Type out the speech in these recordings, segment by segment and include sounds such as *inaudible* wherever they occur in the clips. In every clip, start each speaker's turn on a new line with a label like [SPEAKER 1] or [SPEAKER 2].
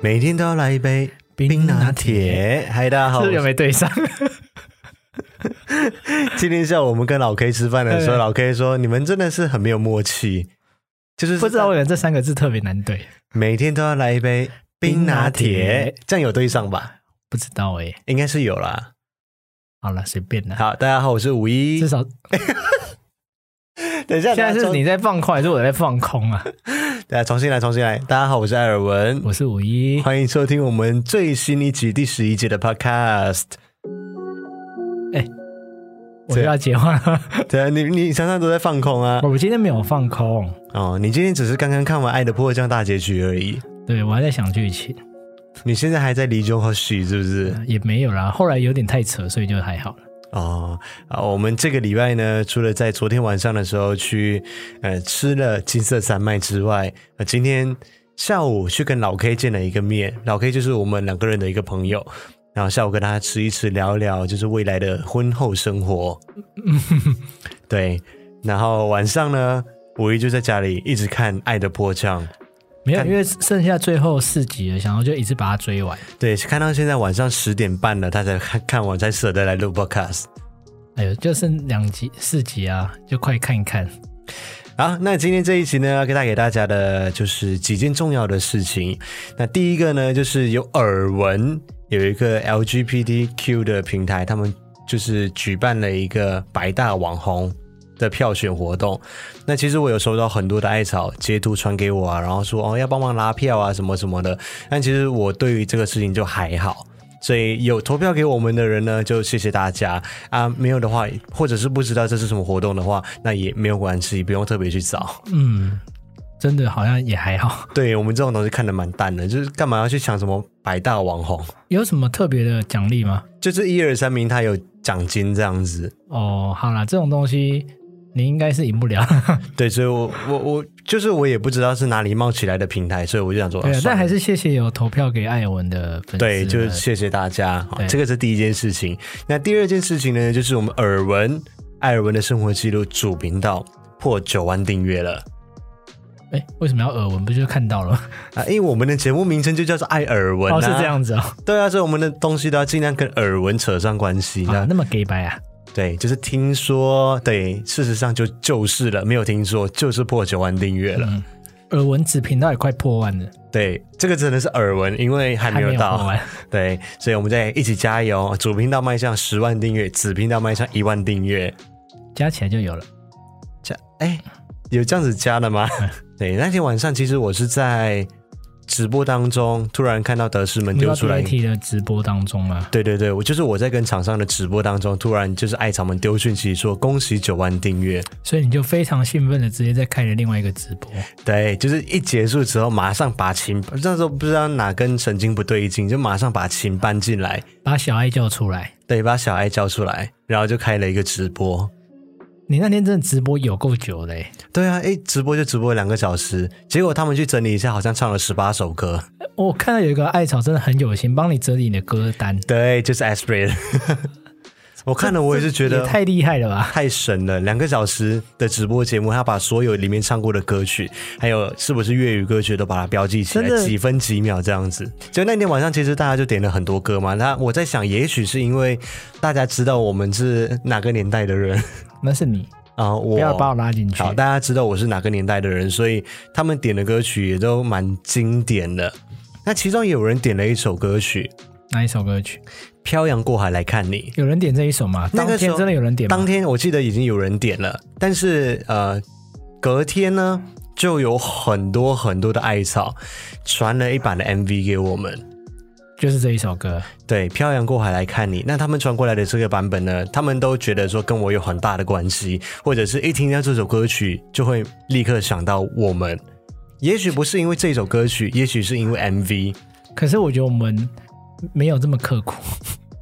[SPEAKER 1] 每天都要来一杯冰拿铁。嗨，大家好，
[SPEAKER 2] 是有没
[SPEAKER 1] *laughs*
[SPEAKER 2] 对上？
[SPEAKER 1] 今天下午我们跟老 K 吃饭的时候，
[SPEAKER 2] 对
[SPEAKER 1] 老 K 说你们真的是很没有默契，就是
[SPEAKER 2] 不知道为什么这三个字特别难对，
[SPEAKER 1] 每天都要来一杯冰拿
[SPEAKER 2] 冰拿
[SPEAKER 1] 铁
[SPEAKER 2] 铁，
[SPEAKER 1] 这样有对上吧？
[SPEAKER 2] 不知道哎、
[SPEAKER 1] 应该是有啦。
[SPEAKER 2] 好了，随便啦，
[SPEAKER 1] 好，大家好，我是五一
[SPEAKER 2] 至。少
[SPEAKER 1] 等一下，
[SPEAKER 2] 现在
[SPEAKER 1] 大家
[SPEAKER 2] 是
[SPEAKER 1] 重
[SPEAKER 2] 你，在放空还是我在放空啊？
[SPEAKER 1] 来重新来，重新来。大家好，我是艾尔文，
[SPEAKER 2] 我是五一，
[SPEAKER 1] *laughs* 欢迎收听我们最新一集第十一集的 Podcast。
[SPEAKER 2] 我又要结婚了。 *laughs*
[SPEAKER 1] 对啊，你你常常都在放空啊。
[SPEAKER 2] 我今天没有放空，
[SPEAKER 1] 哦，你今天只是刚刚看完《爱的迫降》大结局而已，
[SPEAKER 2] 对我还在想剧情，
[SPEAKER 1] 你现在还在离中和许是不是？
[SPEAKER 2] 也没有啦。后来有点太扯，所以就还好了。
[SPEAKER 1] 哦，啊，我们这个礼拜呢，除了在昨天晚上的时候去呃吃了金色山脉之外，呃，今天下午去跟老 K 见了一个面，老 K 就是我们两个人的一个朋友，然后下午跟他吃一吃，聊一聊就是未来的婚后生活，对，然后晚上呢，五一就在家里一直看《爱的迫降》。
[SPEAKER 2] 没有，
[SPEAKER 1] 看
[SPEAKER 2] 因为剩下最后四集了，想要就一直把它追完。
[SPEAKER 1] 对，看到现在晚上十点半了，他才看看完，才舍得来录 podcast。
[SPEAKER 2] 哎呦，就剩两集四集啊，就快看一看。
[SPEAKER 1] 好，那今天这一集呢，要带给大家的就是几件重要的事情。那第一个呢，就是有耳闻有一个 LGBTQ 的平台，他们就是举办了一个百大网红的票选活动。那其实我有收到很多的艾草截图传给我啊，然后说哦要帮忙拉票啊什么什么的。但其实我对于这个事情就还好。所以有投票给我们的人呢，就谢谢大家啊！没有的话，或者是不知道这是什么活动的话，那也没有关系，不用特别去找。 *laughs*
[SPEAKER 2] 嗯，真的好像也还好。
[SPEAKER 1] 对我们这种东西看得蛮淡的，就是干嘛要去抢什么百大网红？
[SPEAKER 2] 有什么特别的奖励吗？
[SPEAKER 1] 就是一二三名他有奖金这样子。
[SPEAKER 2] 哦，好啦，这种东西你应该是赢
[SPEAKER 1] *laughs*
[SPEAKER 2] 不了，
[SPEAKER 1] 对，所以我我我就是我也不知道是哪里冒起来的平台，所以我就想说，
[SPEAKER 2] 对
[SPEAKER 1] 啊
[SPEAKER 2] 啊，
[SPEAKER 1] 算
[SPEAKER 2] 但
[SPEAKER 1] 了
[SPEAKER 2] 还 *laughs* 是谢谢有投票给艾文的粉丝们，
[SPEAKER 1] 对，就是谢谢大家。好
[SPEAKER 2] 对
[SPEAKER 1] 这个是第一件事情。那第二件事情呢，就是我们耳闻艾尔文的生活记录主频道破九万订阅了。
[SPEAKER 2] 哎，为什么要耳闻？不就看到了吗？
[SPEAKER 1] 啊，因为我们的节目名称就叫做艾尔文、啊，
[SPEAKER 2] 哦，是这。样子哦，啊
[SPEAKER 1] 对啊，所以我们的东西都要尽量跟耳闻扯上关系。那、
[SPEAKER 2] 那么给白啊，
[SPEAKER 1] 对，就是听说，对，事实上就就是了，没有听说，就是破九万订阅了。
[SPEAKER 2] 嗯，耳闻子频道也快破万了，
[SPEAKER 1] 对，这个真的是耳闻，因为还没有到。
[SPEAKER 2] 破万，
[SPEAKER 1] *laughs* 对，所以我们再一起加油，主频道迈向十万订阅，子频道迈向一万订阅。
[SPEAKER 2] 加起来
[SPEAKER 1] *laughs*
[SPEAKER 2] 就有了，
[SPEAKER 1] 加哎，有这样子加的吗？
[SPEAKER 2] 嗯
[SPEAKER 1] *laughs* 对，那天晚上其实我是在直播当中突然看到德师们
[SPEAKER 2] 你
[SPEAKER 1] 丢
[SPEAKER 2] 到
[SPEAKER 1] 出来
[SPEAKER 2] BIT 的直播当中啊，
[SPEAKER 1] 对对对，我就是我在跟厂商的直播当中，突然就是艾草们丢讯息说恭喜九万订阅，
[SPEAKER 2] 所以你就非常兴奋的直接在开了另外一个直播，
[SPEAKER 1] 对，就是一结束之后马上把琴，那时候不知道哪根神经不对劲，就马上把琴搬进来，
[SPEAKER 2] 把小爱叫出来。
[SPEAKER 1] 对，把小艾叫出来，然后就开了一个直播。
[SPEAKER 2] 你那天真的直欸播有够久嘞、
[SPEAKER 1] 对啊，哎，直播就直播两个小时，结果他们去整理一下，好像唱了十八首歌。
[SPEAKER 2] 哦我看到有一个艾草真的很有心，帮你整理你的歌单，
[SPEAKER 1] 对，就是 Aspirin。我看了，我也是觉
[SPEAKER 2] 也
[SPEAKER 1] 得
[SPEAKER 2] 太厉害了吧！
[SPEAKER 1] 太神了！两个小时的直播节目，他把所有里面唱过的歌曲，还有是不是粤语歌曲，都把它标记起来
[SPEAKER 2] 真，的
[SPEAKER 1] 几分几秒这样子。就那天晚上，其实大家就点了很多歌嘛。那我在想，也许是因为大家知道我们是哪个年代的人 *laughs*
[SPEAKER 2] 那是你，
[SPEAKER 1] 啊、我
[SPEAKER 2] 不要把我拉进去。
[SPEAKER 1] 好，大家知道我是哪个年代的人，所以他们点的歌曲也都蛮经典的。那其中有人点了一首歌曲《
[SPEAKER 2] 哪一首歌曲？
[SPEAKER 1] 漂洋过海来看你》。
[SPEAKER 2] 有人点这一首吗？
[SPEAKER 1] 那
[SPEAKER 2] 当
[SPEAKER 1] 个时候
[SPEAKER 2] 天真的有人点吗？
[SPEAKER 1] 当天我记得已经有人点了，但是呃，隔天呢就有很多很多的艾草传了一版的 MV 给我们。
[SPEAKER 2] 就是这一首歌，
[SPEAKER 1] 对，漂洋过海来看你。那他们传过来的这个版本呢，他们都觉得说跟我有很大的关系，或者是一听到这首歌曲就会立刻想到我们。也许不是因为这首歌曲，也许是因为 MV。
[SPEAKER 2] 可是我觉得我们没有这么刻苦，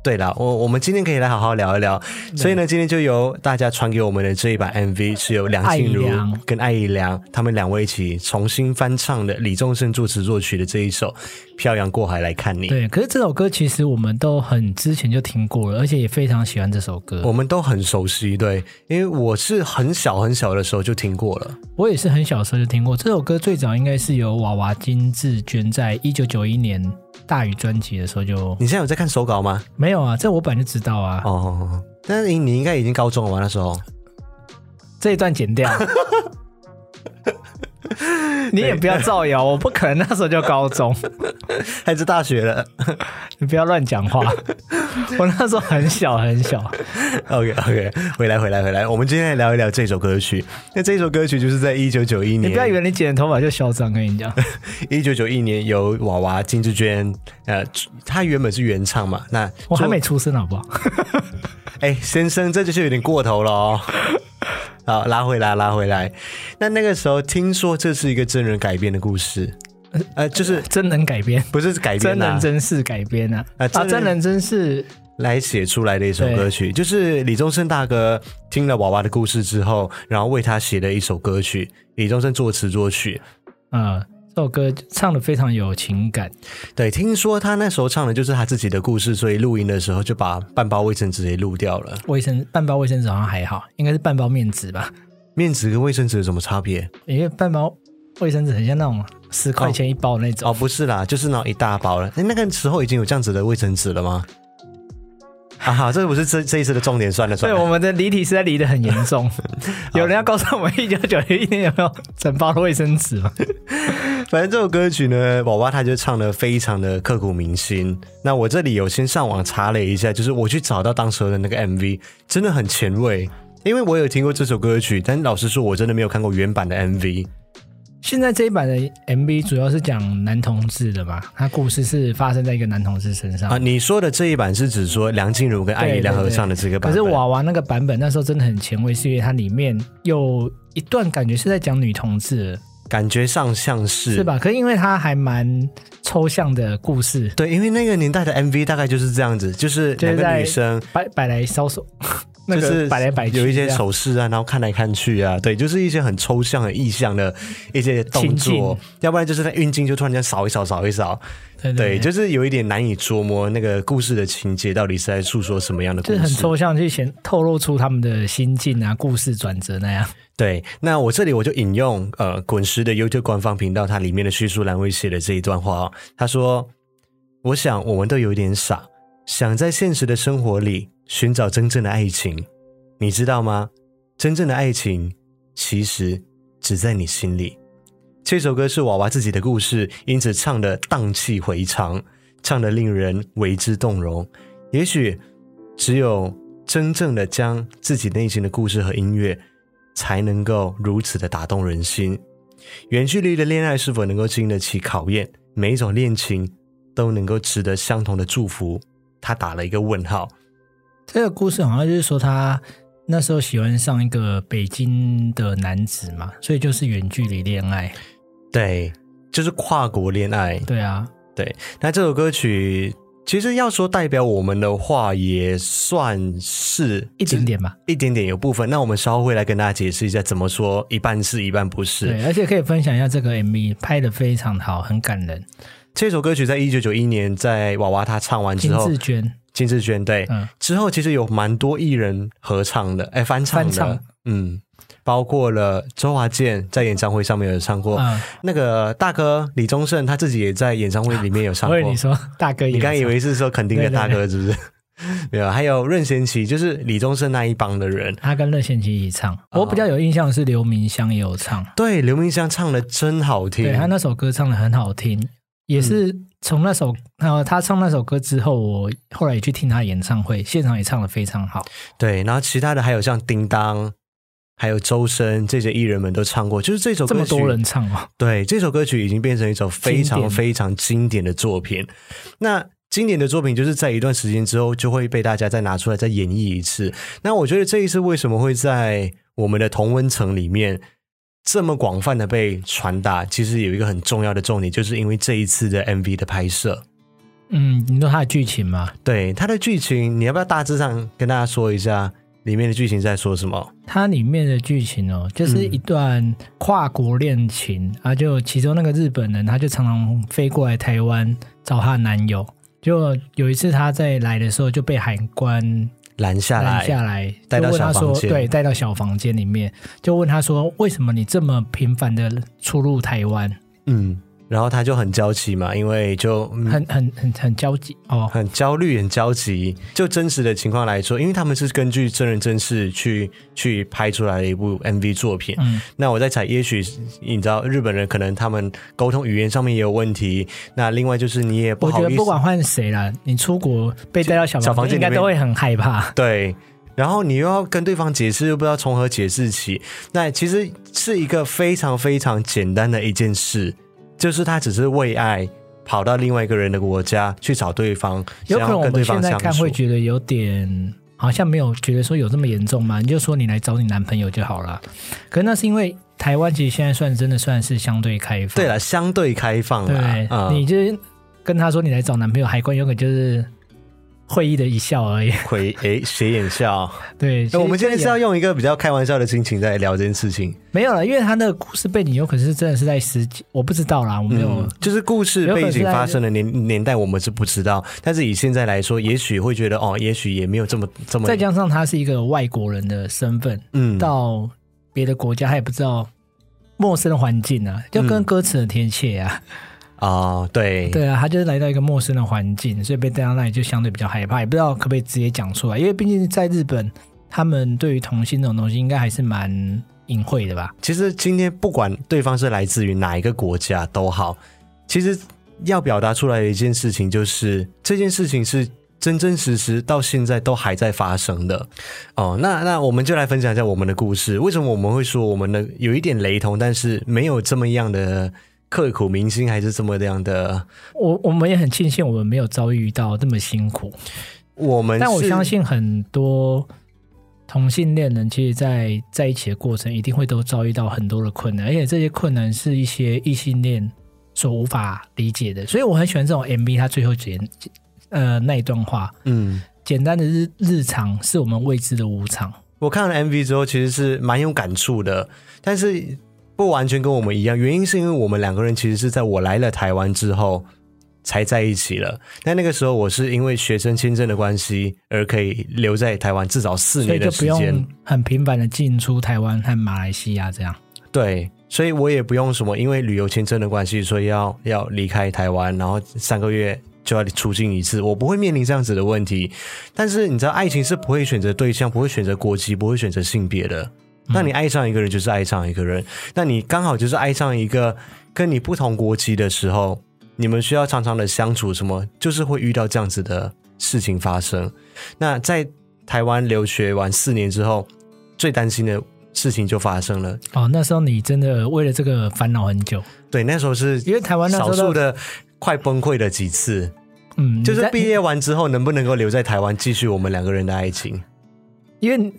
[SPEAKER 1] 对了，我我们今天可以来好好聊一聊。所以呢，今天就由大家传给我们的这一版 MV 是由梁静茹
[SPEAKER 2] 艾怡良
[SPEAKER 1] 跟艾怡良他们两位一起重新翻唱的李宗盛作词作曲的这一首《漂洋过海来看你》。
[SPEAKER 2] 对，可是这首歌其实我们都很之前就听过了，而且也非常喜欢这首歌。
[SPEAKER 1] 我们都很熟悉，对，因为我是很小很小的时候就听过了，
[SPEAKER 2] 我也是很小时候就听过这首歌，最早应该是由娃娃金志娟在一九九一年《大雨》专辑的时候就
[SPEAKER 1] 你现在有在看手稿吗？
[SPEAKER 2] 没有啊，这我本来就知道啊，
[SPEAKER 1] 哦，但是你你应该已经高中了吧？那时候 *laughs*
[SPEAKER 2] 这一段剪掉。你也不要造谣，我不可能那时候就高中，
[SPEAKER 1] 还是大学了。
[SPEAKER 2] 你不要乱讲 *laughs* 话。我那时候很小很小，
[SPEAKER 1] OK OK，回来回来回来，我们今天来聊一聊这首歌曲。那这首歌曲就是在一九九一
[SPEAKER 2] 你不要以
[SPEAKER 1] 年，
[SPEAKER 2] 为你剪头发就嚣张，跟你讲，
[SPEAKER 1] 一九九一年由娃娃金志娟，呃，她原本是原唱嘛，那
[SPEAKER 2] 我还
[SPEAKER 1] 做
[SPEAKER 2] 没出生好不好？
[SPEAKER 1] 哎，先生，这就是有点过头了
[SPEAKER 2] *laughs*
[SPEAKER 1] 哦。好，拉回来，拉回来。那那个时候听说这是一个真人改编的故事，呃，就是
[SPEAKER 2] 真人改编，
[SPEAKER 1] 不是改编
[SPEAKER 2] 真
[SPEAKER 1] 的、啊
[SPEAKER 2] 人，真事改编啊，
[SPEAKER 1] 啊
[SPEAKER 2] 啊，
[SPEAKER 1] 真人
[SPEAKER 2] 真人真事
[SPEAKER 1] 来写出来的一首歌曲，就是李宗盛大哥听了娃娃的故事之后，然后为他写的一首歌曲。李宗盛作词作曲，
[SPEAKER 2] 呃，这首歌唱的非常有情感，
[SPEAKER 1] 对，听说他那时候唱的就是他自己的故事，所以录音的时候就把半包卫生纸给录掉了。
[SPEAKER 2] 卫生半包卫生纸好像还好，应该是半包面纸吧，
[SPEAKER 1] 面纸跟卫生纸有什么差别？
[SPEAKER 2] 因为半包卫生纸很像那种十块钱一包的那种， *laughs*
[SPEAKER 1] 哦，不是啦，就是那种一大包了。哎，那个时候已经有这样子的卫生纸了吗？啊哈，这不是这这一次的重点，算了
[SPEAKER 2] 所
[SPEAKER 1] 算
[SPEAKER 2] 以
[SPEAKER 1] 了。
[SPEAKER 2] 我们的离题实在离得很严 *laughs* 重。有人要告诉我们一九九一年有没有整包的卫生纸吗？
[SPEAKER 1] 反正这首歌曲呢，娃娃他就唱的非常的刻骨铭心。那我这里有先上网查了一下，就是我去找到当时的那个 MV，真的很前卫。因为我有听过这首歌曲，但老实说，我真的没有看过原版的 MV。
[SPEAKER 2] 现在这一版的 MV 主要是讲男同志的嘛，它故事是发生在一个男同志身上。
[SPEAKER 1] 啊，你说的这一版是指说梁静茹跟艾怡良合唱的这个版
[SPEAKER 2] 可
[SPEAKER 1] 本？
[SPEAKER 2] 是娃娃那个版本那时候真的很前卫，是因为它里面有一段感觉是在讲女同志的，
[SPEAKER 1] 感觉上像是
[SPEAKER 2] 是？吧？可是因为它还蛮抽象的故事，
[SPEAKER 1] 对，因为那个年代的 MV 大概就是这样子，就是
[SPEAKER 2] 就
[SPEAKER 1] 两
[SPEAKER 2] 是
[SPEAKER 1] 个
[SPEAKER 2] 在
[SPEAKER 1] 女生
[SPEAKER 2] 摆摆来搔首， *laughs* 那
[SPEAKER 1] 就是
[SPEAKER 2] 个摆来摆去这
[SPEAKER 1] 有
[SPEAKER 2] 样，
[SPEAKER 1] 一些手势啊，然后看来看去啊，对，就是一些很抽象、很意象的一些动
[SPEAKER 2] 嗯情
[SPEAKER 1] 作
[SPEAKER 2] 境，
[SPEAKER 1] 要不然就是在运镜就突然间扫一扫、扫一扫，
[SPEAKER 2] 对
[SPEAKER 1] 对，
[SPEAKER 2] 对，就
[SPEAKER 1] 就是有一点难以捉摸那个故事的情节到底是在诉说什么样的故
[SPEAKER 2] 是很
[SPEAKER 1] 事。
[SPEAKER 2] 抽象，去显透露出他们的心境啊、故事转折那样。
[SPEAKER 1] 对，那我这里我就引用呃滚石的 YouTube 官方频道它里面的叙述栏位写的这一段话哦，他说：“我想我们都有点傻，想在现实的生活里寻找真正的爱情，你知道吗？真正的爱情其实只在你心里。”这首歌是娃娃自己的故事，因此唱的荡气回肠，唱的令人为之动容。也许只有真正的将自己内心的故事和音乐，才能够如此的打动人心。远距离的恋爱是否能够经得起考验？每一种恋情都能够值得相同的祝福？他打了一个问号。
[SPEAKER 2] 这个故事好像就是说他那时候喜欢上一个北京的男子嘛，所以就是远距离恋爱。
[SPEAKER 1] 对，就是跨国恋爱。
[SPEAKER 2] 对啊，
[SPEAKER 1] 那这首歌曲其实要说代表我们的话，也算是
[SPEAKER 2] 一点点吧。
[SPEAKER 1] 一点点有部分。那我们稍后会来跟大家解释一下怎么说一半是一半不是。
[SPEAKER 2] 对，而且可以分享一下这个 MV 拍的非常好，很感人。
[SPEAKER 1] 这首歌曲在一九九一年在娃娃他唱完之
[SPEAKER 2] 金
[SPEAKER 1] 后
[SPEAKER 2] 志，娟，
[SPEAKER 1] 金志娟对，
[SPEAKER 2] 嗯，
[SPEAKER 1] 之后其实有蛮多艺人合唱的，哎，翻唱的，
[SPEAKER 2] 翻唱
[SPEAKER 1] 嗯，包括了周华健在演唱会上面有唱过，
[SPEAKER 2] 嗯，
[SPEAKER 1] 那个大哥李宗盛他自己也在演唱会里面有唱
[SPEAKER 2] 啊我
[SPEAKER 1] 过。
[SPEAKER 2] 以为你说大哥也
[SPEAKER 1] 你
[SPEAKER 2] 有
[SPEAKER 1] 刚
[SPEAKER 2] 唱，
[SPEAKER 1] 刚以为是说肯定的大哥是不是？ *laughs* 没有，还有任贤齐，就是李宗盛那一帮的人。
[SPEAKER 2] 他跟任贤齐一起唱，我
[SPEAKER 1] 哦
[SPEAKER 2] 比较有印象是刘明湘也有唱，
[SPEAKER 1] 对，刘明湘唱的真好听
[SPEAKER 2] 对。他那首歌唱的很好听，也是从那首呃他唱那首歌之后，我后来也去听他演唱会，现场也唱的非常好。
[SPEAKER 1] 对，然后其他的还有像叮当，还有周深这些艺人们都唱过。就是这首歌
[SPEAKER 2] 这么
[SPEAKER 1] 曲
[SPEAKER 2] 多人唱哦，
[SPEAKER 1] 对，这首歌曲已经变成一首非
[SPEAKER 2] 经
[SPEAKER 1] 常
[SPEAKER 2] 典
[SPEAKER 1] 非常经典的作品。那经典的作品就是在一段时间之后就会被大家再拿出来再演绎一次。那我觉得这一次为什么会在我们的同温层里面这么广泛的被传达，其实有一个很重要的重点，就是因为这一次的 MV 的拍摄。
[SPEAKER 2] 嗯，你说它的剧情嘛，
[SPEAKER 1] 对它的剧情，你要不要大致上跟大家说一下里面的剧情在说什么？
[SPEAKER 2] 它里面的剧情哦，就是
[SPEAKER 1] 嗯
[SPEAKER 2] 一段跨国恋情、啊，就其中那个日本人，他就常常飞过来台湾找她男友，就有一次她在来的时候就被海关
[SPEAKER 1] 拦下来，
[SPEAKER 2] 拦下来，
[SPEAKER 1] 带到
[SPEAKER 2] 就问
[SPEAKER 1] 小
[SPEAKER 2] 他
[SPEAKER 1] 房
[SPEAKER 2] 说，
[SPEAKER 1] 间
[SPEAKER 2] 对，带到小房间里面，就问他说，为什么你这么频繁的出入台湾，
[SPEAKER 1] 嗯，然后他就很焦急嘛，因为就、嗯
[SPEAKER 2] 很很很很焦急哦，
[SPEAKER 1] 很焦虑、很焦急。就真实的情况来说，因为他们是根据真人真事去去拍出来的一部 MV 作品。
[SPEAKER 2] 嗯
[SPEAKER 1] 那我在猜，也许你知道日本人可能他们沟通语言上面也有问题。那另外就是你也不
[SPEAKER 2] 我
[SPEAKER 1] 好
[SPEAKER 2] 觉
[SPEAKER 1] 意思，
[SPEAKER 2] 得不管换谁啦，你出国被带到小
[SPEAKER 1] 小房
[SPEAKER 2] 房间，
[SPEAKER 1] 间
[SPEAKER 2] 应该
[SPEAKER 1] 里面
[SPEAKER 2] 都会很害怕。
[SPEAKER 1] 对，然后你又要跟对方解释，又不知道从何解释起。那其实是一个非常非常简单的一件事，就是他只是为爱跑到另外一个人的国家去找对方，想
[SPEAKER 2] 有可能
[SPEAKER 1] 要
[SPEAKER 2] 我
[SPEAKER 1] 跟对
[SPEAKER 2] 们现
[SPEAKER 1] 方
[SPEAKER 2] 在
[SPEAKER 1] 相
[SPEAKER 2] 看
[SPEAKER 1] 处
[SPEAKER 2] 会。觉得有点，好像没有觉得说有这么严重嘛？你就说你来找你男朋友就好了。可是那是因为台湾其实现在算真的算是相对开放，
[SPEAKER 1] 对了，相对开放
[SPEAKER 2] 对
[SPEAKER 1] 啦，啊、
[SPEAKER 2] 你就是跟他说你来找男朋友，海关有可能就是会意的一笑而已。 *laughs*
[SPEAKER 1] 回诶斜眼笑。
[SPEAKER 2] 对，
[SPEAKER 1] 那我们
[SPEAKER 2] 其
[SPEAKER 1] 今
[SPEAKER 2] 实
[SPEAKER 1] 天是要用一个比较开玩笑的心情在聊这件事情，
[SPEAKER 2] 没有了，因为他那个故事背景有可能是真的是在十几，我不知道啦，我没有。啊
[SPEAKER 1] 嗯，就是故事
[SPEAKER 2] 有可
[SPEAKER 1] 背
[SPEAKER 2] 能是
[SPEAKER 1] 景
[SPEAKER 2] 在
[SPEAKER 1] 发生的年年代我们是不知道，但是以现在来说，也许会觉得哦，也许也没有这么这么
[SPEAKER 2] 再加上他是一个外国人的身份，
[SPEAKER 1] 嗯
[SPEAKER 2] 到别的国家，他也不知道陌生的环境啊，就
[SPEAKER 1] 嗯
[SPEAKER 2] 跟歌词很贴切啊。
[SPEAKER 1] 哦，对
[SPEAKER 2] 对啊，他就是来到一个陌生的环境，所以被带到那里就相对比较害怕，也不知道可不可以直接讲出来，因为毕竟在日本，他们对于同性这种东西应该还是蛮隐晦的吧。
[SPEAKER 1] 其实今天不管对方是来自于哪一个国家都好，其实要表达出来的一件事情就是这件事情是真真实实到现在都还在发生的。哦，那那我们就来分享一下我们的故事。为什么我们会说我们的有一点雷同，但是没有这么样的刻骨铭心，还是这么样的？
[SPEAKER 2] 我我们也很庆幸我们没有遭遇到这么辛苦，
[SPEAKER 1] 我们
[SPEAKER 2] 但我
[SPEAKER 1] 是
[SPEAKER 2] 相信很多同性恋人其实在在一起的过程一定会都遭遇到很多的困难，而且这些困难是一些异性恋所无法理解的，所以我很喜欢这种 MV，它最后简呃那一段话，
[SPEAKER 1] 嗯。
[SPEAKER 2] 简单的日日常是我们未知的无常。
[SPEAKER 1] 我看了 MV 之后，其实是蛮有感触的，但是不完全跟我们一样。原因是因为我们两个人其实是在我来了台湾之后才在一起了。但那个时候我是因为学生签证的关系而可以留在台湾至少四
[SPEAKER 2] 所
[SPEAKER 1] 年
[SPEAKER 2] 以就
[SPEAKER 1] 的
[SPEAKER 2] 不
[SPEAKER 1] 时间
[SPEAKER 2] 用，很频繁的进出台湾和马来西亚这样。
[SPEAKER 1] 对，所以我也不用什么因为旅游签证的关系，所以要要离开台湾，然后三个月。就要出境一次，我不会面临这样子的问题。但是你知道，爱情是不会选择对象，不会选择国籍，不会选择性别的。
[SPEAKER 2] 嗯
[SPEAKER 1] 那你爱上一个人就是爱上一个人，那你刚好就是爱上一个跟你不同国籍的时候，你们需要常常的相处，什么就是会遇到这样子的事情发生。那在台湾留学完四年之后，最担心的事情就发生了。
[SPEAKER 2] 哦，那时候你真的为了这个烦恼很久，
[SPEAKER 1] 对，那时候是
[SPEAKER 2] 因为台湾那时
[SPEAKER 1] 少
[SPEAKER 2] 候
[SPEAKER 1] 数
[SPEAKER 2] 都
[SPEAKER 1] 的快崩溃的几次，
[SPEAKER 2] 嗯，
[SPEAKER 1] 就是
[SPEAKER 2] 你在
[SPEAKER 1] 毕，业完之后能不能够留在台湾继续我们两个人的爱情。
[SPEAKER 2] 因为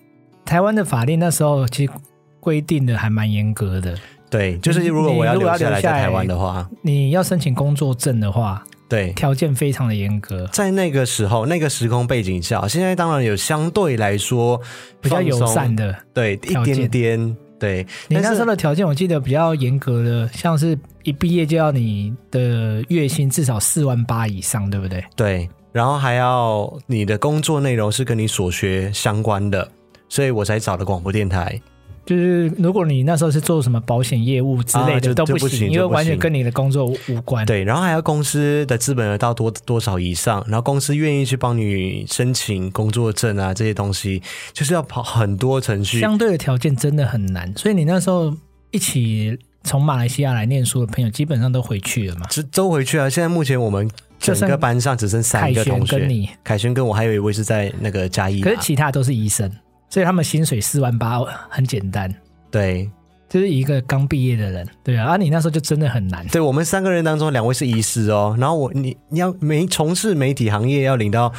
[SPEAKER 2] 台湾的法令那时候其实规定的还蛮严格的，
[SPEAKER 1] 对，就是如果
[SPEAKER 2] 嗯你
[SPEAKER 1] 我要
[SPEAKER 2] 如
[SPEAKER 1] 留
[SPEAKER 2] 果要
[SPEAKER 1] 下
[SPEAKER 2] 留
[SPEAKER 1] 来在
[SPEAKER 2] 下来
[SPEAKER 1] 台湾的话，
[SPEAKER 2] 你要申请工作证的话，
[SPEAKER 1] 对，
[SPEAKER 2] 条件非常的严格，
[SPEAKER 1] 在那个时候、那个时空背景下，现在当然有相对来说
[SPEAKER 2] 比较友
[SPEAKER 1] 放
[SPEAKER 2] 善
[SPEAKER 1] 松，
[SPEAKER 2] 的。
[SPEAKER 1] 对，一
[SPEAKER 2] 条件
[SPEAKER 1] 点点，对。
[SPEAKER 2] 你
[SPEAKER 1] 但
[SPEAKER 2] 那
[SPEAKER 1] 是
[SPEAKER 2] 时候的条件我记得比较严格的，像是一毕业就要你的月薪至少四万八以上，对不对？
[SPEAKER 1] 对，然后还要你的工作内容是跟你所学相关的，所以我才找的广播电台。
[SPEAKER 2] 就是如果你那时候是做什么保险业务之类
[SPEAKER 1] 啊
[SPEAKER 2] 的、
[SPEAKER 1] 就
[SPEAKER 2] 都
[SPEAKER 1] 就不
[SPEAKER 2] 行，
[SPEAKER 1] 行
[SPEAKER 2] 因为
[SPEAKER 1] 就不
[SPEAKER 2] 完全
[SPEAKER 1] 行
[SPEAKER 2] 跟你的工作无无关。，
[SPEAKER 1] 对，然后还要公司的资本额到多多少以上，然后公司愿意去帮你申请工作证啊这些东西，就是要跑很多程序。
[SPEAKER 2] 相对的条件真的很难，所以你那时候一起从马来西亚来念书的朋友，基本上都回去了嘛。
[SPEAKER 1] 这周回去啊！现在目前我们
[SPEAKER 2] 就
[SPEAKER 1] 整
[SPEAKER 2] 剩
[SPEAKER 1] 个班上只剩三
[SPEAKER 2] 凯
[SPEAKER 1] 个
[SPEAKER 2] 旋
[SPEAKER 1] 同学，
[SPEAKER 2] 跟你，
[SPEAKER 1] 凯旋跟我还有一位是啊在那个嘉义嘛，
[SPEAKER 2] 可是其他都是医生，啊所以他们薪水四万八很简单，
[SPEAKER 1] 对
[SPEAKER 2] 就是一个刚毕业的人，对啊。啊，你那时候就真的很难，
[SPEAKER 1] 对，我们三个人当中两位是医师哦，然后我你你要没从事媒体行业要领到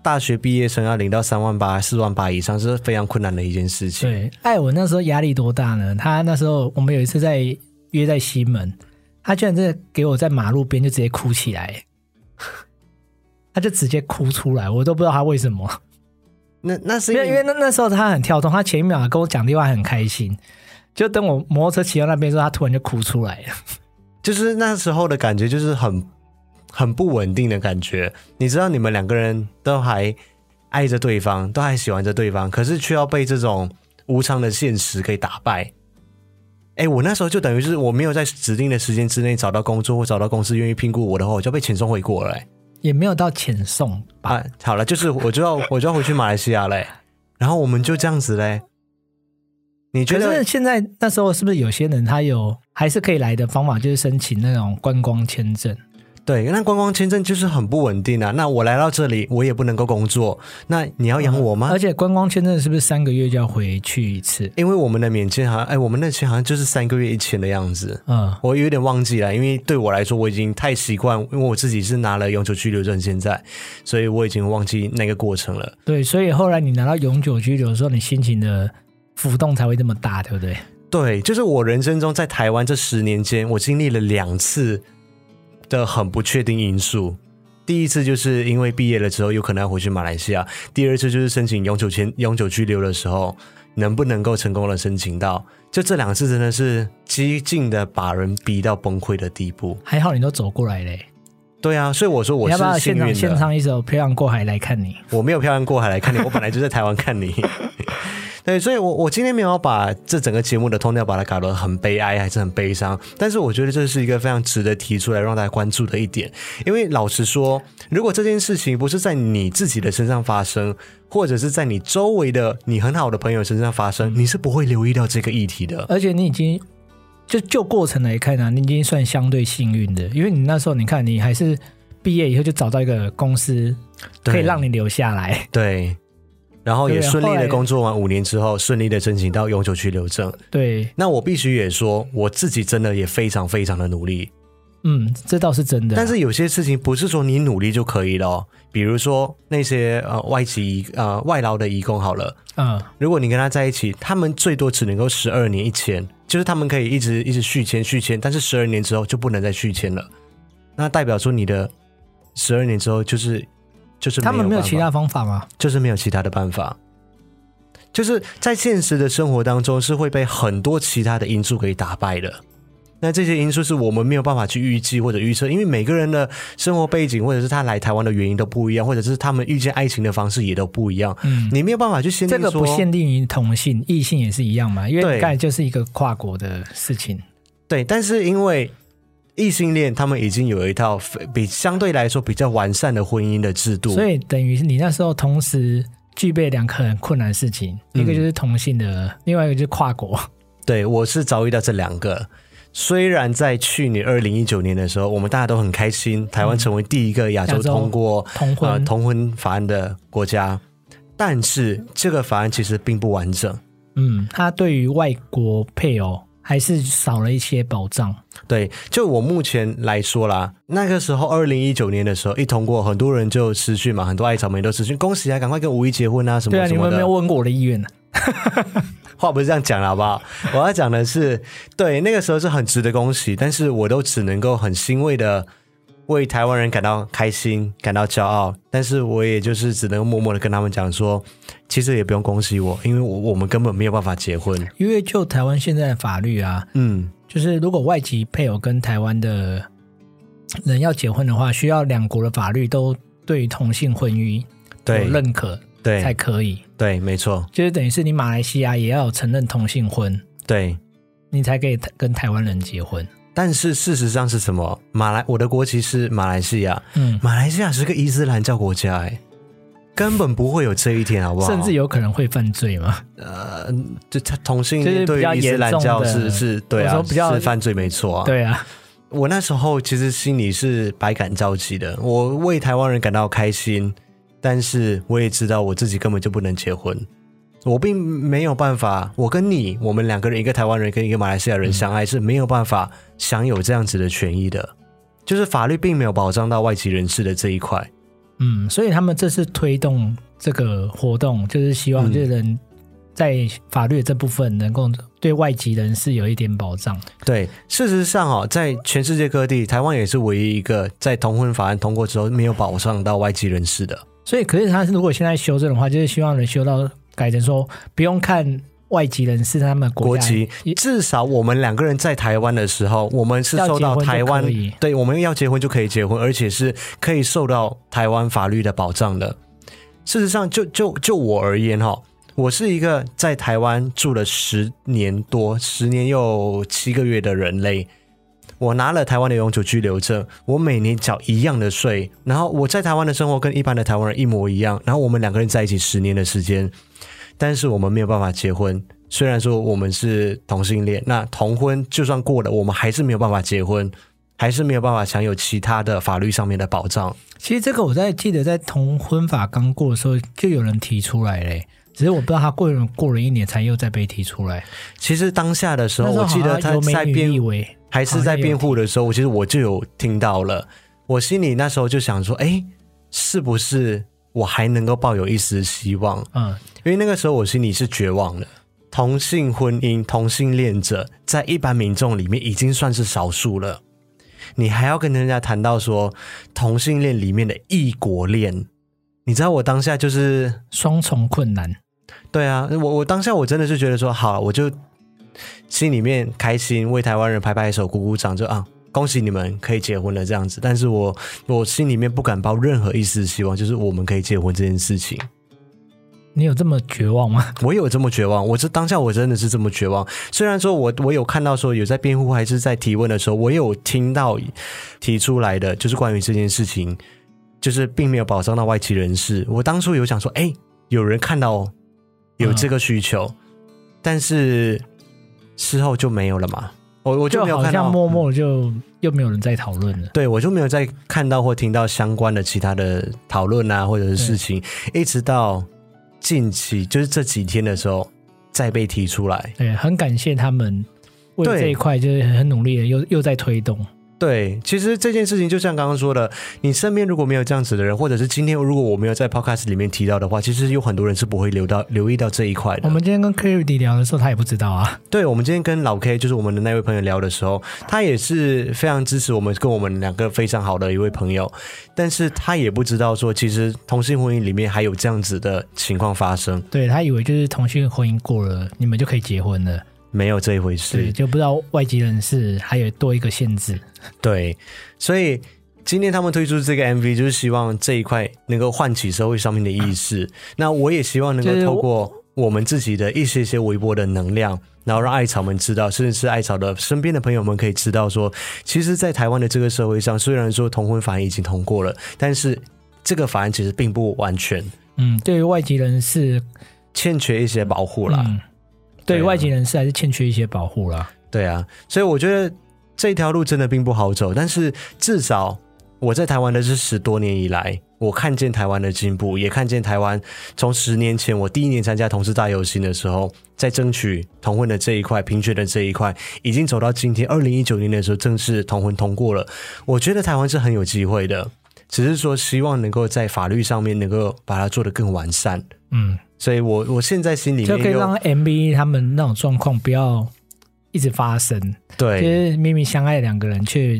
[SPEAKER 1] 大学毕业生要领到三万八四万八以上是非常困难的一件事情。
[SPEAKER 2] 对，艾文那时候压力多大呢？他那时候我们有一次在约在西门，他居然真的给我在马路边就直接哭起来。 *laughs* 他就直接哭出来，我都不知道他为什么。
[SPEAKER 1] 那那是
[SPEAKER 2] 因为因为那那时候他很跳动，他前一秒跟我讲电话很开心，就等我摩托车骑到那边之后，他突然就哭出来了。 *laughs*
[SPEAKER 1] 就是那时候的感觉，就是很很不稳定的感觉。你知道，你们两个人都还爱着对方，都还喜欢着对方，可是却要被这种无常的现实给打败。哎，我那时候就等于是我没有在指定的时间之内找到工作，或找到公司愿意聘雇我的话，我就被遣送回国了、哎
[SPEAKER 2] 也没有到遣送吧，
[SPEAKER 1] 啊，好了，就是我就要我就要回去马来西亚嘞、然后我们就这样子嘞。你觉
[SPEAKER 2] 可是
[SPEAKER 1] 得
[SPEAKER 2] 现在那时候是不是有些人他有还是可以来的方法，就是申请那种观光签证？
[SPEAKER 1] 对？那观光签证就是很不稳定啊。那我来到这里，我也不能够工作，那你要养我吗
[SPEAKER 2] 而？且观光签证是不是三个月就要回去一次？
[SPEAKER 1] 因为我们的免签好像，哎，我们那签好像就是三个月一签的样子，
[SPEAKER 2] 嗯，
[SPEAKER 1] 我有点忘记了。因为对我来说，我已经太习惯，因为我自己是拿了永久居留证现在，所以我已经忘记那个过程了。
[SPEAKER 2] 对，所以后来你拿到永久居留的时候，你心情的浮动才会这么大，对不对？
[SPEAKER 1] 对，就是我人生中在台湾这十年间，我经历了两次的很不确定因素。第一次就是因为毕业了之后有可能要回去马来西亚，第二次就是申请永久签、永久居留的时候，能不能够成功的申请到？就这两次真的是激进的把人逼到崩溃的地步。
[SPEAKER 2] 还好你都走过来嘞、
[SPEAKER 1] 对啊，所以我说我
[SPEAKER 2] 你要不要
[SPEAKER 1] 是幸
[SPEAKER 2] 现
[SPEAKER 1] 运
[SPEAKER 2] 场现
[SPEAKER 1] 的，
[SPEAKER 2] 唱一首《漂洋过海来看你》？
[SPEAKER 1] 我没有漂洋过海来看你，我本来就在台湾看
[SPEAKER 2] *laughs*
[SPEAKER 1] 你。对，所以我，我今天没有把这整个节目的通调把它搞得很悲哀，还是很悲伤。但是，我觉得这是一个非常值得提出来让大家关注的一点。因为老实说，如果这件事情不是在你自己的身上发生，或者是在你周围的你很好的朋友身上发生，你是不会留意到这个议题的。
[SPEAKER 2] 而且你已经就就过程来看啊，你已经算相对幸运的，因为你那时候你看你还是毕业以后就找到一个公司
[SPEAKER 1] 对
[SPEAKER 2] 可以让你留下来，
[SPEAKER 1] 对，然后也
[SPEAKER 2] 对
[SPEAKER 1] 顺利
[SPEAKER 2] 后
[SPEAKER 1] 的
[SPEAKER 2] 来
[SPEAKER 1] 工作完五年之后，顺利的申请到永久居留证。
[SPEAKER 2] 对，
[SPEAKER 1] 那我必须也说，我自己真的也非常非常的努力，
[SPEAKER 2] 嗯，这倒是真的。
[SPEAKER 1] 但是有些事情不是说你努力就可以了、哦。比如说那些呃外籍移呃外劳的移工好了，
[SPEAKER 2] 嗯，
[SPEAKER 1] 如果你跟他在一起，他们最多只能够十二年一签，就是他们可以一直一直续签续签，但是十二年之后就不能再续签了。那代表说你的十二年之后就是就是
[SPEAKER 2] 他们没有
[SPEAKER 1] 办法
[SPEAKER 2] 其他方法吗？
[SPEAKER 1] 就是没有其他的办法。就是在现实的生活当中，是会被很多其他的因素给打败的。那这些因素是我们没有办法去预计或者预测，因为每个人的生活背景，或者是他来台湾的原因都不一样，或者是他们遇见爱情的方式也都不一样。
[SPEAKER 2] 嗯，
[SPEAKER 1] 你没有办法去限定
[SPEAKER 2] 这
[SPEAKER 1] 说，
[SPEAKER 2] 个不限定于同性，异性也是一样嘛，因为
[SPEAKER 1] 对
[SPEAKER 2] 你刚才就是一个跨国的事情。
[SPEAKER 1] 对，但是因为异性恋，他们已经有一套非比相对来说比较完善的婚姻的制度，
[SPEAKER 2] 所以等于你那时候同时具备两个很困难的事情，
[SPEAKER 1] 嗯啊
[SPEAKER 2] 一个就是同性的，另外一个就是跨
[SPEAKER 1] *laughs*
[SPEAKER 2] 国。
[SPEAKER 1] 对，我是遭遇到这两个。虽然在去年二零一九年的时候，我们大家都很开心，台湾成为第一个亚洲
[SPEAKER 2] 亚洲
[SPEAKER 1] 通过
[SPEAKER 2] 嗯同婚
[SPEAKER 1] 呃同婚法案的国家，但是这个法案其实并不完整。
[SPEAKER 2] 嗯，他对于外国配偶还是少了一些保障。
[SPEAKER 1] 对，就我目前来说啦，那个时候二零一九年的时候一通过，很多人就失去嘛，很多爱草莓都失去，恭喜啊，赶快跟吴一结婚啊，什么
[SPEAKER 2] 对啊，
[SPEAKER 1] 什
[SPEAKER 2] 你
[SPEAKER 1] 么
[SPEAKER 2] 们
[SPEAKER 1] 的。
[SPEAKER 2] 没有问过我的意愿呢、
[SPEAKER 1] 话不是这样讲了，好不
[SPEAKER 2] *laughs*
[SPEAKER 1] 好？我要讲的是，对那个时候是很值得恭喜，但是我都只能够很欣慰的为台湾人感到开心，感到骄傲。但是我也就是只能默默的跟他们讲说，其实也不用恭喜我，因为我我们根本没有办法结婚。
[SPEAKER 2] 因为就台湾现在的法律啊，
[SPEAKER 1] 嗯，
[SPEAKER 2] 就是如果外籍配偶跟台湾的人要结婚的话，需要两国的法律都对于同性婚姻
[SPEAKER 1] 对
[SPEAKER 2] 有认可才
[SPEAKER 1] 对
[SPEAKER 2] 可以。
[SPEAKER 1] 对，没错，
[SPEAKER 2] 就是等于是你马来西亚也要有承认同性婚，
[SPEAKER 1] 对。
[SPEAKER 2] 你才可以跟台湾人结婚。
[SPEAKER 1] 但是事实上是什么？马来我的国旗是马来西亚，
[SPEAKER 2] 嗯，
[SPEAKER 1] 马来西亚是个伊斯兰教国家、哎，根本不会有这一天，好不好？
[SPEAKER 2] 甚至有可能会犯罪嘛。
[SPEAKER 1] 呃，就他同性
[SPEAKER 2] 就是
[SPEAKER 1] 恋
[SPEAKER 2] 比
[SPEAKER 1] 对
[SPEAKER 2] 较
[SPEAKER 1] 于伊斯
[SPEAKER 2] 严
[SPEAKER 1] 兰
[SPEAKER 2] 重
[SPEAKER 1] 教
[SPEAKER 2] 的
[SPEAKER 1] 是是对啊，
[SPEAKER 2] 我说比较
[SPEAKER 1] 是犯罪没错啊。，
[SPEAKER 2] 对啊，
[SPEAKER 1] 我那时候其实心里是百感交集的，我为台湾人感到开心，但是我也知道我自己根本就不能结婚。我并没有办法，我跟你，我们两个人，一个台湾人跟一个马来西亚人相爱、是没有办法享有这样子的权益的，就是法律并没有保障到外籍人士的这一块。
[SPEAKER 2] 嗯，所以他们这次推动这个活动，就是希望
[SPEAKER 1] 嗯
[SPEAKER 2] 这人在法律的这部分能够对外籍人士有一点保障。
[SPEAKER 1] 对，事实上哦，在全世界各地，台湾也是唯一一个在同婚法案通过之后没有保障到外籍人士的。
[SPEAKER 2] 所以，可是他如果现在修正的话，就是希望能修到改成说，不用看外籍人士他们
[SPEAKER 1] 国
[SPEAKER 2] 家
[SPEAKER 1] 籍，至少我们两个人在台湾的时候，我们是
[SPEAKER 2] 要
[SPEAKER 1] 受
[SPEAKER 2] 结
[SPEAKER 1] 到
[SPEAKER 2] 婚就
[SPEAKER 1] 台湾
[SPEAKER 2] 可以
[SPEAKER 1] 对，我们要结婚就可以结婚，而且是可以受到台湾法律的保障的。事实上，就就就我而言哈，我是一个在台湾住了十年多，十年又七个月的人类。我拿了台湾的永久居留证，我每年缴一样的税，然后我在台湾的生活跟一般的台湾人一模一样，然后我们两个人在一起十年的时间，但是我们没有办法结婚。虽然说我们是同性恋，那同婚就算过了，我们还是没有办法结婚。还是没有办法享有其他的法律上面的保障。
[SPEAKER 2] 其实这个我在记得，在同婚法刚过的时候，就有人提出来嘞，只是我不知道他过了过了一年才又再被提出来。
[SPEAKER 1] 其实当下的时
[SPEAKER 2] 那
[SPEAKER 1] 候，
[SPEAKER 2] 时候
[SPEAKER 1] 我记得他
[SPEAKER 2] 好像
[SPEAKER 1] 在
[SPEAKER 2] 有美女立
[SPEAKER 1] 辩
[SPEAKER 2] 委，
[SPEAKER 1] 还是在辩护的时候，我其实我就有听到了，我心里那时候就想说，哎，是不是我还能够抱有一丝希望？
[SPEAKER 2] 嗯，
[SPEAKER 1] 因为那个时候我心里是绝望的。同性婚姻、同性恋者在一般民众里面已经算是少数了，你还要跟人家谈到说同性恋里面的异国恋，你知道我当下就是
[SPEAKER 2] 双重困难。
[SPEAKER 1] 对啊，我我当下我真的是觉得说，好，我就心里面开心，为台湾人拍拍手、鼓鼓掌，就啊，恭喜你们可以结婚了这样子。但是我我心里面不敢抱任何一丝希望，就是我们可以结婚这件事情。
[SPEAKER 2] 你有这么绝望吗？
[SPEAKER 1] *laughs* 我有这么绝望，我是当下我真的是这么绝望。虽然说我我有看到说有在辩护还是在提问的时候，我有听到提出来的就是关于这件事情，就是并没有保障到外籍人士。我当初有想说，哎、有人看到有这个需求，但是事后就没有了嘛。我我就没有
[SPEAKER 2] 好
[SPEAKER 1] 看到
[SPEAKER 2] 像默默就又没有人在讨论了。
[SPEAKER 1] 对我就没有再看到或听到相关的其他的讨论啊，或者是事情，一直到近期就是这几天的时候再被提出来。
[SPEAKER 2] 对，很感谢他们为
[SPEAKER 1] 对
[SPEAKER 2] 这一块就是很努力的，又又在推动。
[SPEAKER 1] 对，其实这件事情就像刚刚说的，你身边如果没有这样子的人，或者是今天如果我没有在 podcast 里面提到的话，其实有很多人是不会留到留意到这一块的。
[SPEAKER 2] 我们今天跟 k e r y 聊的时候，他也不知道啊。
[SPEAKER 1] 对，我们今天跟老 K，就是我们的那位朋友聊的时候，他也是非常支持我们，跟我们两个非常好的一位朋友，但是他也不知道说，其实同性婚姻里面还有这样子的情况发生，
[SPEAKER 2] 对他以为就是同性婚姻过了，你们就可以结婚了。
[SPEAKER 1] 没有这一回
[SPEAKER 2] 对，
[SPEAKER 1] 事。
[SPEAKER 2] 就不知道外籍人士还有多一个限制。
[SPEAKER 1] 对，所以今天他们推出这个 MV，就是希望这一块能够唤起社会上面的意识。那我也希望能够
[SPEAKER 2] 就是
[SPEAKER 1] 透
[SPEAKER 2] 我
[SPEAKER 1] 过我们自己的一些些微薄的能量，然后让艾草们知道，甚至是艾草的身边的朋友们可以知道说，其实，在台湾的这个社会上，虽然说同婚法案已经通过了，但是这个法案其实并不完全，
[SPEAKER 2] 嗯，对于外籍人士，
[SPEAKER 1] 欠缺一些保护啦。
[SPEAKER 2] 嗯，对于
[SPEAKER 1] 对啊
[SPEAKER 2] 外籍人士还是欠缺一些保护啦。
[SPEAKER 1] 对啊，所以我觉得这条路真的并不好走，但是至少我在台湾的这十多年以来，我看见台湾的进步，也看见台湾从十年前我第一年参加同志大游行的时候，在争取同婚的这一块、平权的这一块，已经走到今天二零一九年的时候正式同婚通过了。我觉得台湾是很有机会的，只是说希望能够在法律上面能够把它做得更完善。
[SPEAKER 2] 嗯，
[SPEAKER 1] 所以我我现在心里
[SPEAKER 2] 就可
[SPEAKER 1] 面
[SPEAKER 2] 以
[SPEAKER 1] 有
[SPEAKER 2] 让 MV 他们那种状况不要一直发生，就
[SPEAKER 1] 对
[SPEAKER 2] 是明明相爱的两个人却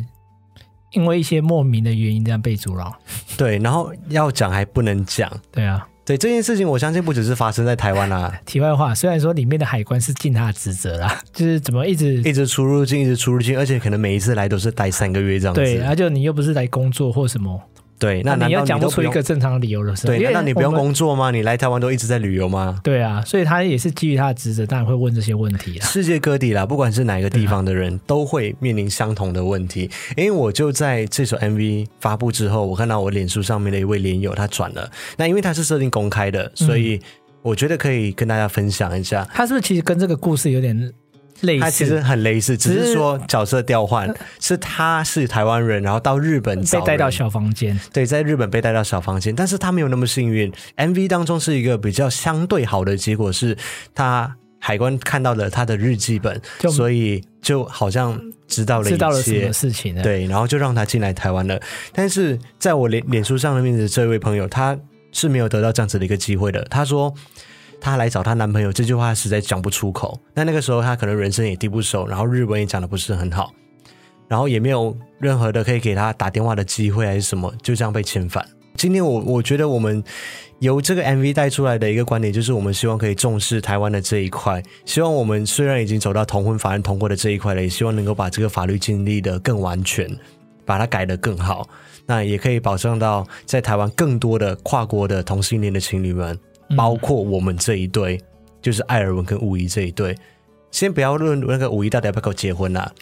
[SPEAKER 2] 因为一些莫名的原因这样被阻挠。
[SPEAKER 1] 对，然后要讲还不能讲。
[SPEAKER 2] 对啊，
[SPEAKER 1] 对这件事情，我相信不只是发生在台湾啦、
[SPEAKER 2] *laughs* 题外话，虽然说里面的海关是尽他的职责啦， *laughs* 就是怎么一直
[SPEAKER 1] 一直出入境，一直出入境，而且可能每一次来都是待三个月这样子。
[SPEAKER 2] 对，然后就你又不是来工作或什么，
[SPEAKER 1] 对那
[SPEAKER 2] 那
[SPEAKER 1] 难
[SPEAKER 2] 你
[SPEAKER 1] 道
[SPEAKER 2] 要讲
[SPEAKER 1] 都
[SPEAKER 2] 不出一
[SPEAKER 1] 用
[SPEAKER 2] 个正常的理由的时候，
[SPEAKER 1] 对？
[SPEAKER 2] 因为
[SPEAKER 1] 难道你不用
[SPEAKER 2] 我们？
[SPEAKER 1] 工作吗？你来台湾都一直在旅游吗？
[SPEAKER 2] 对啊，所以他也是基于他的职责，当然会问这些问
[SPEAKER 1] *laughs*
[SPEAKER 2] 题啦。
[SPEAKER 1] 世界各地啦，不管是哪一个地方的人，都会面临相同的问题。
[SPEAKER 2] 啊
[SPEAKER 1] 因为我就在这首 MV 发布之后，我看到我脸书上面的一位连友他转了，那因为他是设定公开的，
[SPEAKER 2] 嗯
[SPEAKER 1] 所以我觉得可以跟大家分享一下。
[SPEAKER 2] 他是不是其实跟这个故事有点类似？
[SPEAKER 1] 他其实很类似，只
[SPEAKER 2] 只
[SPEAKER 1] 是
[SPEAKER 2] 是
[SPEAKER 1] 说角色调换，是他是台湾人，然后到日本
[SPEAKER 2] 被
[SPEAKER 1] 找
[SPEAKER 2] 带
[SPEAKER 1] 人
[SPEAKER 2] 到小房间，
[SPEAKER 1] 对，在日本被带到小房间，但是他没有那么幸运。MV 当中是一个比较相对好的结果，是他海关看到了他的日记本，
[SPEAKER 2] 就
[SPEAKER 1] 所以就好像知道了
[SPEAKER 2] 知道了
[SPEAKER 1] 一
[SPEAKER 2] 什
[SPEAKER 1] 切
[SPEAKER 2] 么。事情呢？，
[SPEAKER 1] 对，然后就让他进来台湾了。但是在我脸脸书上面的这位朋友，他是没有得到这样子的一个机会的。他说，她来找她男朋友这句话实在讲不出口。那那个时候她可能人生也地不熟，然后日文也讲的不是很好，然后也没有任何的可以给她打电话的机会还是什么，就这样被遣返。今天我我觉得我们由这个 MV 带出来的一个观点，就是我们希望可以重视台湾的这一块，希望我们虽然已经走到同婚法案通过的这一块了，也希望能够把这个法律建立的更完全，把它改得更好。那也可以保障到在台湾更多的跨国的同性恋的情侣们，
[SPEAKER 2] 嗯
[SPEAKER 1] 包括我们这一对，就是艾尔文跟武夷这一对。先不要论那个武夷到底要不要跟我结婚啦、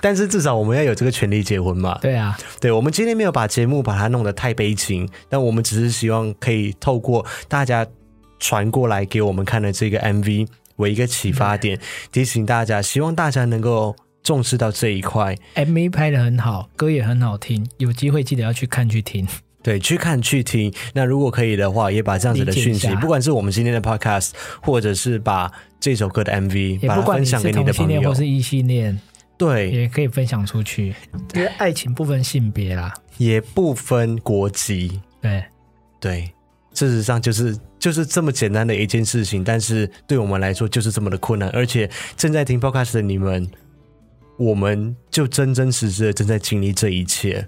[SPEAKER 1] 但是至少我们要有这个权利结婚嘛。
[SPEAKER 2] 对啊，
[SPEAKER 1] 对，我们今天没有把节目把它弄得太悲情，但我们只是希望可以透过大家传过来给我们看的这个 MV 为一个启发
[SPEAKER 2] 嗯
[SPEAKER 1] 点，提醒大家，希望大家能够重视到这一块，
[SPEAKER 2] MV 拍的很好，歌也很好听，有机会记得要去看去听。
[SPEAKER 1] 对，去看去听。那如果可以的话，也把这样子的
[SPEAKER 2] 理解
[SPEAKER 1] 讯
[SPEAKER 2] 一
[SPEAKER 1] 息
[SPEAKER 2] 下，
[SPEAKER 1] 不管是我们今天的 podcast，或者是把这首歌的 MV，
[SPEAKER 2] 也
[SPEAKER 1] 把
[SPEAKER 2] 不
[SPEAKER 1] 它
[SPEAKER 2] 管
[SPEAKER 1] 分
[SPEAKER 2] 你
[SPEAKER 1] 享
[SPEAKER 2] 是
[SPEAKER 1] 给你
[SPEAKER 2] 同
[SPEAKER 1] 的
[SPEAKER 2] 性
[SPEAKER 1] 朋
[SPEAKER 2] 恋
[SPEAKER 1] 友
[SPEAKER 2] 或，是异性恋，
[SPEAKER 1] 对，
[SPEAKER 2] 也可以分享出去，因为爱情不分性别啦。
[SPEAKER 1] 也不分国籍，
[SPEAKER 2] 对，
[SPEAKER 1] 对，事实上就是就是这么简单的一件事情，但是对我们来说就是这么的困难，而且正在听 podcast 的你们，我们就真真实实的正在经历这一切。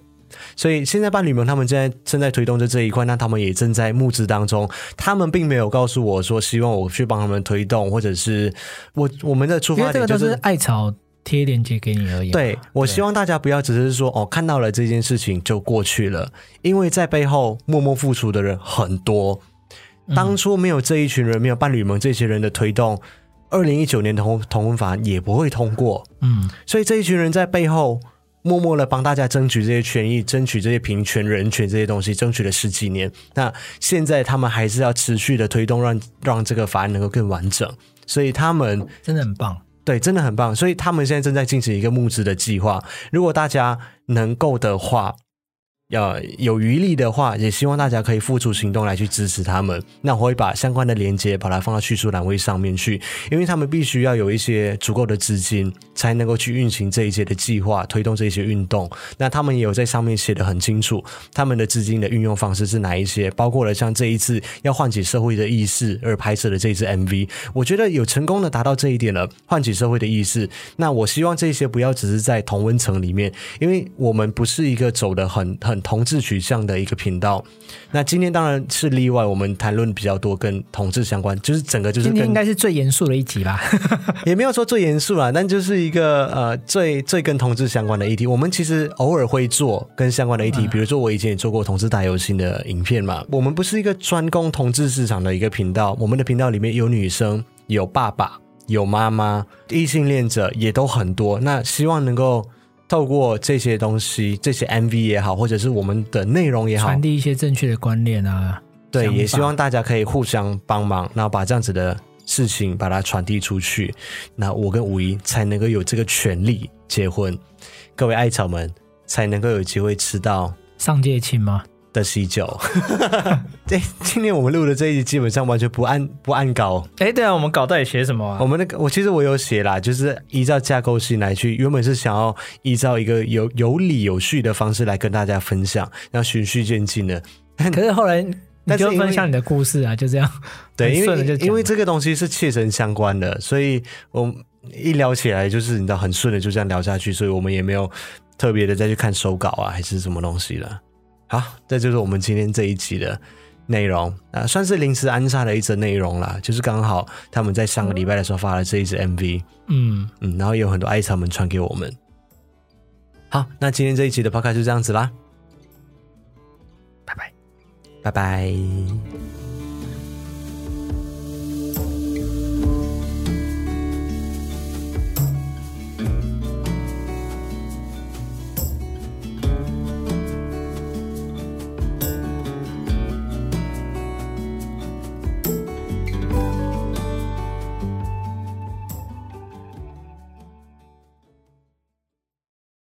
[SPEAKER 1] 所以现在伴侣们他们现在正在推动着这一块，那他们也正在募资当中。他们并没有告诉我说希望我去帮他们推动，或者是我我们的出
[SPEAKER 2] 因
[SPEAKER 1] 发
[SPEAKER 2] 为这
[SPEAKER 1] 点
[SPEAKER 2] 个
[SPEAKER 1] 就
[SPEAKER 2] 都是
[SPEAKER 1] 是
[SPEAKER 2] 艾草贴链接给你而已嘛。
[SPEAKER 1] 对，我希
[SPEAKER 2] 望
[SPEAKER 1] 望大家不要只是说哦，看到了这件事情就过去了，因为在背后默默付出的人很多。当初没有这一群人，没有伴侣们这些人的推动，二零一九年同同婚法也不会通过。
[SPEAKER 2] 嗯，
[SPEAKER 1] 所以这一群人在背后默默的帮大家争取这些权益，争取这些平权、人权这些东西，争取了十几年。那现在他们还是要持续的推动让，让这个法案能够更完整。所以他们
[SPEAKER 2] 真的很棒。
[SPEAKER 1] 对，真的很棒。所以他们现在正在进行一个募资的计划。如果大家能够的话，呃，有余力的话，也希望大家可以付出行动来去支持他们。那我会把相关的链接把它放到叙述栏位上面去，因为他们必须要有一些足够的资金，才能够去运行这一些的计划，推动这一些运动。那他们也有在上面写的很清楚，他们的资金的运用方式是哪一些，包括了像这一次要唤起社会的意识而拍摄的这一支 MV，我觉得有成功的达到这一点了，唤起社会的意识。那我希望这些不要只是在同温层里面，因为我们不是一个走的很很同志取向的一个频道。那今天当然是例外，我们谈论比较多跟同志相关，就是整个就是
[SPEAKER 2] 今天
[SPEAKER 1] 跟
[SPEAKER 2] 应该是最严肃的一集吧？
[SPEAKER 1] *laughs* 也没有说最严肃啦，但就是一个呃最最跟同志相关的议题。我们其实偶尔会做跟相关的议题，比如说我以前也做过同志打游戏的影片嘛。我们不是一个专攻同志市场的一个频道，我们的频道里面有女生，有爸爸，有妈妈，异性恋者也都很多。那希望能够透过这些东西，这些 MV 也好，或者是我们的内容也好
[SPEAKER 2] 传，递一些正确的观念啊。
[SPEAKER 1] 对，
[SPEAKER 2] 想
[SPEAKER 1] 也
[SPEAKER 2] 法
[SPEAKER 1] 希望大家可以互相帮忙，然后把这样子的事情把它传递出去。那我跟五一才能够有这个权利结婚，各位艾草们才能够有机会吃到
[SPEAKER 2] 上届亲吗？
[SPEAKER 1] 的喜酒。 *laughs* 对，今天我们录的这一集基本上完全不按不按稿。
[SPEAKER 2] 哎，对啊，我们稿到底写什么
[SPEAKER 1] 我
[SPEAKER 2] 啊？
[SPEAKER 1] 们那个我其实我有写啦，就是依照架构性来去，原本是想要依照一个有有理有序的方式来跟大家分享，然后循序渐进的。
[SPEAKER 2] 可是后来你
[SPEAKER 1] 但是
[SPEAKER 2] 就
[SPEAKER 1] 因为
[SPEAKER 2] 分享你的故事啊，就这样。
[SPEAKER 1] 对，
[SPEAKER 2] 很
[SPEAKER 1] 因
[SPEAKER 2] 顺的
[SPEAKER 1] 为
[SPEAKER 2] 就讲
[SPEAKER 1] 因为
[SPEAKER 2] 了
[SPEAKER 1] 这个东西是切身相关的，所以我一聊起来就是你知道很顺的就这样聊下去，所以我们也没有特别的再去看手稿啊还是什么东西了。好，这就是我们今天这一集的内容啊、算是临时安插的一则内容啦，就是刚好他们在上个礼拜的时候发了这一支 MV，
[SPEAKER 2] 嗯，
[SPEAKER 1] 嗯，然后也有很多艾草们传给我们。好，那今天这一集的 podcast 就这样子啦，
[SPEAKER 2] 拜拜。
[SPEAKER 1] 拜拜。